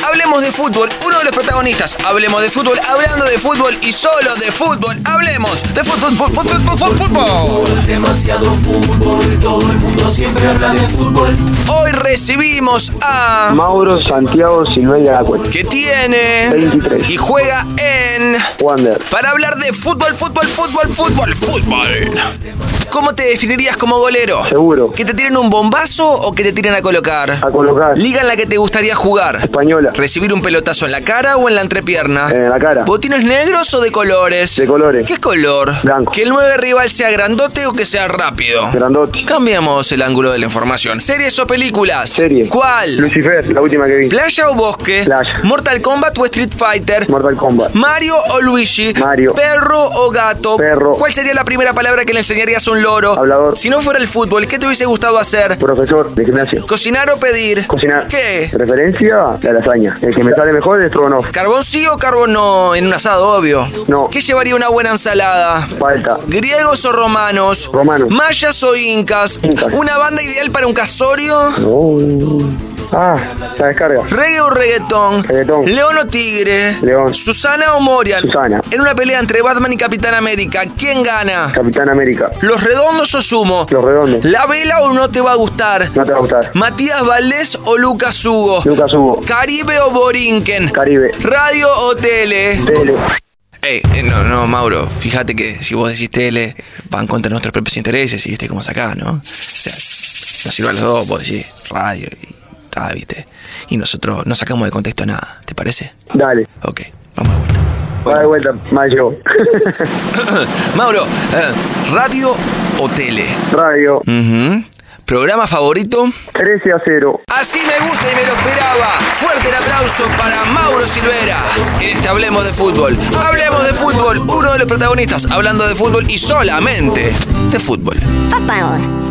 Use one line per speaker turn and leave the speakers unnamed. Hablamos de fútbol, uno de los protagonistas. Hablemos de fútbol, hablando de fútbol y solo de fútbol. Hablemos de fútbol, fútbol, fútbol, fútbol. fútbol.
Demasiado fútbol, todo el mundo siempre habla de fútbol.
Hoy recibimos a...
Mauro Santiago Silveira Acuet,
que tiene
23.
y juega en
Wander.
para hablar de fútbol, fútbol, fútbol, fútbol, fútbol. ¿Cómo te definirías como golero?
Seguro.
¿Que te tiren un bombazo o que te tiren a colocar?
A colocar.
Liga en la que te gustaría jugar.
Española.
¿Recibir un pelotazo en la cara o en la entrepierna?
En la cara.
¿Botines negros o de colores?
De colores.
¿Qué color?
Blanco.
¿Que el 9 rival sea grandote o que sea rápido?
Grandote.
Cambiamos el ángulo de la información. ¿Series o películas?
Serie.
¿Cuál?
Lucifer, la última que vi.
¿Playa o bosque?
Playa.
¿Mortal Kombat o Street Fighter?
Mortal Kombat.
¿Mario o Luigi?
Mario.
¿Perro o gato?
Perro.
¿Cuál sería la primera palabra que le enseñarías a un loro?
Hablador.
Si no fuera el fútbol, ¿qué te hubiese gustado hacer?
Profesor de gimnasio.
¿Cocinar o pedir?
Cocinar.
¿Qué?
Referencia, la lasaña. El que me sale mejor es Tronoff.
¿Carbón sí o carbón no? En un asado, obvio.
No.
¿Qué llevaría una buena ensalada?
Falta.
¿Griegos o romanos?
Romanos.
¿Mayas o incas?
Incas.
¿Una banda ideal para un casorio?
No. Oh. Ah, la descarga.
¿Reggae o reggaetón?
Reggaetón.
¿León o tigre?
León.
¿Susana o Moria?
Susana.
En una pelea entre Batman y Capitán América, ¿quién gana?
Capitán América.
¿Los redondos o sumo?
Los redondos.
¿La vela o no te va a gustar?
No te va a gustar.
¿Matías Valdés o Lucas Hugo?
Lucas Hugo.
¿Caribe o Borinquen?
Caribe.
¿Radio o tele?
Tele.
Ey, eh, no, no, Mauro, fíjate que si vos decís tele, van contra nuestros propios intereses y viste cómo es acá, ¿no? O sea, nos sirve a los dos, vos decís radio y tal, viste. Y nosotros no sacamos de contexto nada, ¿te parece?
Dale.
Ok, vamos de vuelta.
Va de vuelta, Mayo.
Mauro, eh, radio o tele.
Radio.
Mm. Ujú. Programa favorito.
13 a 0.
Así me gusta y me lo esperaba. Fuerte el aplauso para Mauro Silvera. En este Hablemos de Fútbol. Hablemos de Fútbol. Uno de los protagonistas hablando de fútbol y solamente de fútbol.
Papá.